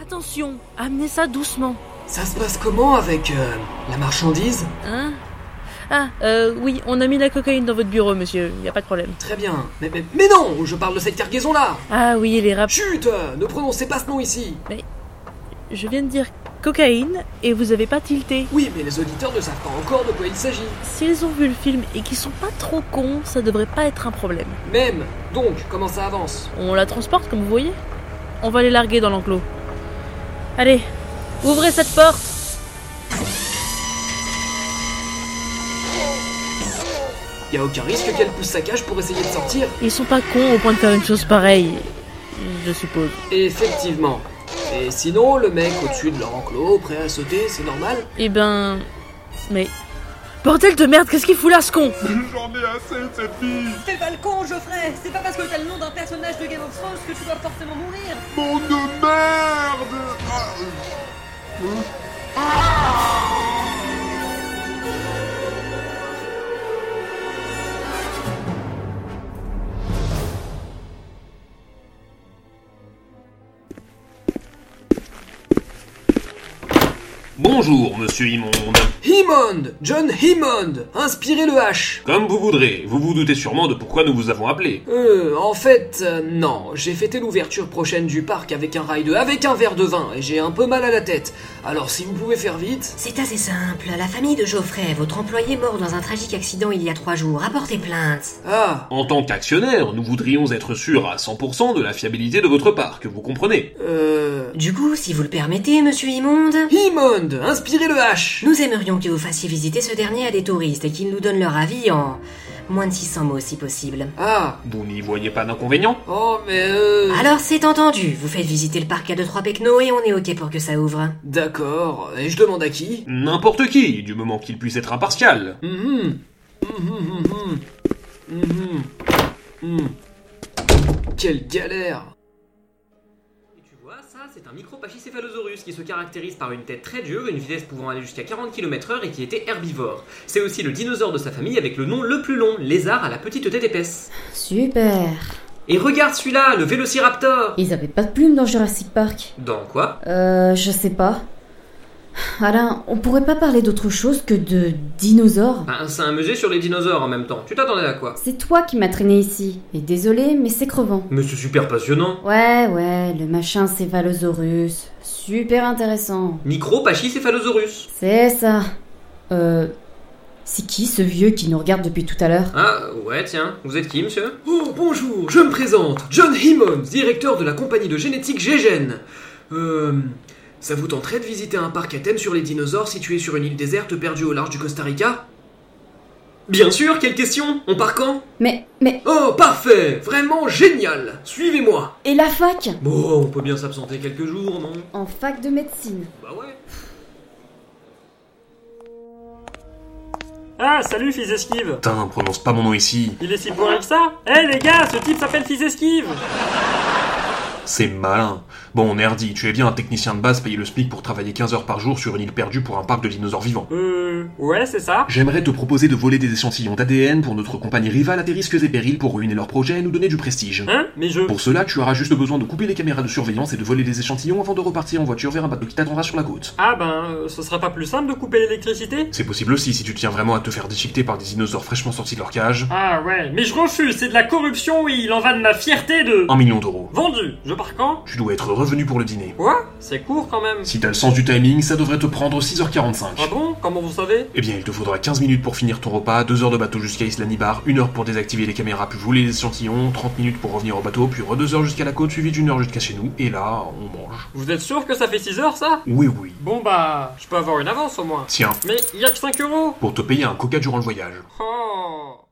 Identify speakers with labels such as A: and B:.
A: Attention, amenez ça doucement.
B: Ça se passe comment avec euh, la marchandise
A: Hein Ah, euh, oui, on a mis la cocaïne dans votre bureau, monsieur. Y a pas de problème.
B: Très bien. Mais, mais, mais non, je parle de cette cargaison-là
A: Ah oui, les rap...
B: Chut euh, Ne prononcez pas ce nom ici
A: Je viens de dire cocaïne et vous avez pas tilté.
B: Oui, mais les auditeurs ne savent pas encore de quoi il s'agit.
A: S'ils ont vu le film et qu'ils sont pas trop cons, ça devrait pas être un problème.
B: Même Donc, comment ça avance
A: On la transporte, comme vous voyez. On va les larguer dans l'enclos. Allez, ouvrez cette porte
B: Y a aucun risque qu'elle pousse sa cage pour essayer de sortir
A: Ils sont pas cons au point de faire une chose pareille, je suppose.
B: Effectivement. Et sinon, le mec au-dessus de leur enclos, prêt à sauter, c'est normal
A: Eh ben... Mais... Bordel de merde, qu'est-ce qu'il fout là, ce con
C: J'en ai assez de cette fille
D: Fais pas le con, Geoffrey C'est pas parce que t'as le nom d'un personnage de Game of Thrones que tu dois forcément mourir
C: Mon de merde Ah, euh, euh.
E: Bonjour, monsieur Immonde.
B: Hammond John Hammond Inspirez le H
E: Comme vous voudrez, vous vous doutez sûrement de pourquoi nous vous avons appelé.
B: Euh, en fait, euh, non. J'ai fêté l'ouverture prochaine du parc avec un ride, avec un verre de vin, et j'ai un peu mal à la tête. Alors si vous pouvez faire vite...
F: C'est assez simple. La famille de Geoffrey, votre employé mort dans un tragique accident il y a trois jours, a porté plainte.
B: Ah,
E: En tant qu'actionnaire, nous voudrions être sûrs à 100% de la fiabilité de votre parc, vous comprenez
B: euh...
F: Du coup, si vous le permettez, monsieur Immonde,
B: Hammond Inspirez le H
F: nous aimerions que vous fassiez visiter ce dernier à des touristes et qu'ils nous donnent leur avis en moins de 600 mots si possible.
B: Ah
E: Vous n'y voyez pas d'inconvénient
B: Oh, mais euh...
F: Alors c'est entendu, vous faites visiter le parc à 2-3 pecnos et on est ok pour que ça ouvre.
B: D'accord, et je demande à qui
E: N'importe qui, du moment qu'il puisse être impartial.
B: Mhm. Mhm, mhm, mhm. Mhm. Mhm. Quelle galère
G: Et tu vois, ça, c'est un micropachycéphalosaurus qui se caractérise par une tête très dure, une vitesse pouvant aller jusqu'à 40 km/h et qui était herbivore. C'est aussi le dinosaure de sa famille avec le nom le plus long, lézard à la petite tête épaisse.
H: Super
G: Et regarde celui-là, le vélociraptor
H: Ils avaient pas de plumes dans Jurassic Park.
G: Dans quoi
H: Euh, je sais pas. Alain, on pourrait pas parler d'autre chose que de dinosaures
G: Ah, C'est un musée sur les dinosaures en même temps. Tu t'attendais à quoi
H: C'est toi qui m'as traîné ici. Et désolé, mais c'est crevant.
G: Mais c'est super passionnant
H: Ouais, ouais, le machin céphalosaurus. Super intéressant.
G: Micropachycéphalosaurus
H: C'est ça. Euh. C'est qui ce vieux qui nous regarde depuis tout à l'heure
G: Ah, ouais, tiens, vous êtes qui, monsieur
B: Oh, bonjour, je me présente, John Hammond, directeur de la compagnie de génétique Gégen. Euh. Ça vous tenterait de visiter un parc à thème sur les dinosaures situé sur une île déserte perdue au large du Costa Rica
G: Bien sûr, quelle question On part quand
H: Mais, mais,
B: Oh, parfait Vraiment génial Suivez-moi
H: et la fac
G: Bon, on peut bien s'absenter quelques jours, non
H: En fac de médecine.
G: Bah ouais.
I: Ah, salut Fils Esquive
E: Putain, prononce pas mon nom ici.
I: Il est si bourré que ça Eh les gars, ce type s'appelle Fils Esquive
E: C'est malin. Bon, Nerdy, tu es bien un technicien de base payé le SMIC pour travailler 15 heures par jour sur une île perdue pour un parc de dinosaures vivants.
I: Euh... Ouais, c'est ça
E: J'aimerais te proposer de voler des échantillons d'ADN pour notre compagnie rivale à tes risques et périls pour ruiner leur projet et nous donner du prestige.
I: Hein Mais je...
E: Pour cela, tu auras juste besoin de couper les caméras de surveillance et de voler des échantillons avant de repartir en voiture vers un bateau qui t'attendra sur la côte.
I: Ah ben, euh, ce serait pas plus simple de couper l'électricité
E: C'est possible aussi si tu tiens vraiment à te faire déchiqueter par des dinosaures fraîchement sortis de leur cage.
I: Ah ouais, mais je refuse, c'est de la corruption et il en va de ma fierté de...
E: Un million d'euros.
I: Vendu Je pars quand
E: Tu dois être revenu pour le dîner.
I: Quoi C'est court quand même
E: Si t'as le sens du timing, ça devrait te prendre
I: Ah
E: 6h45.
I: bon Comment vous savez
E: Eh bien, il te faudra 15 minutes pour finir ton repas, 2 heures de bateau jusqu'à Isla Nibar, 1 heure pour désactiver les caméras puis voler les échantillons, 30 minutes pour revenir au bateau, puis 2 heures jusqu'à la côte, suivi d'une heure jusqu'à chez nous, et là, on mange.
I: Vous êtes sûr que ça fait 6 heures ça
E: Oui, oui.
I: Bon bah, je peux avoir une avance au moins.
E: Tiens,
I: Mais y a que 5 euros
E: pour te payer un coca durant le voyage.
I: Oh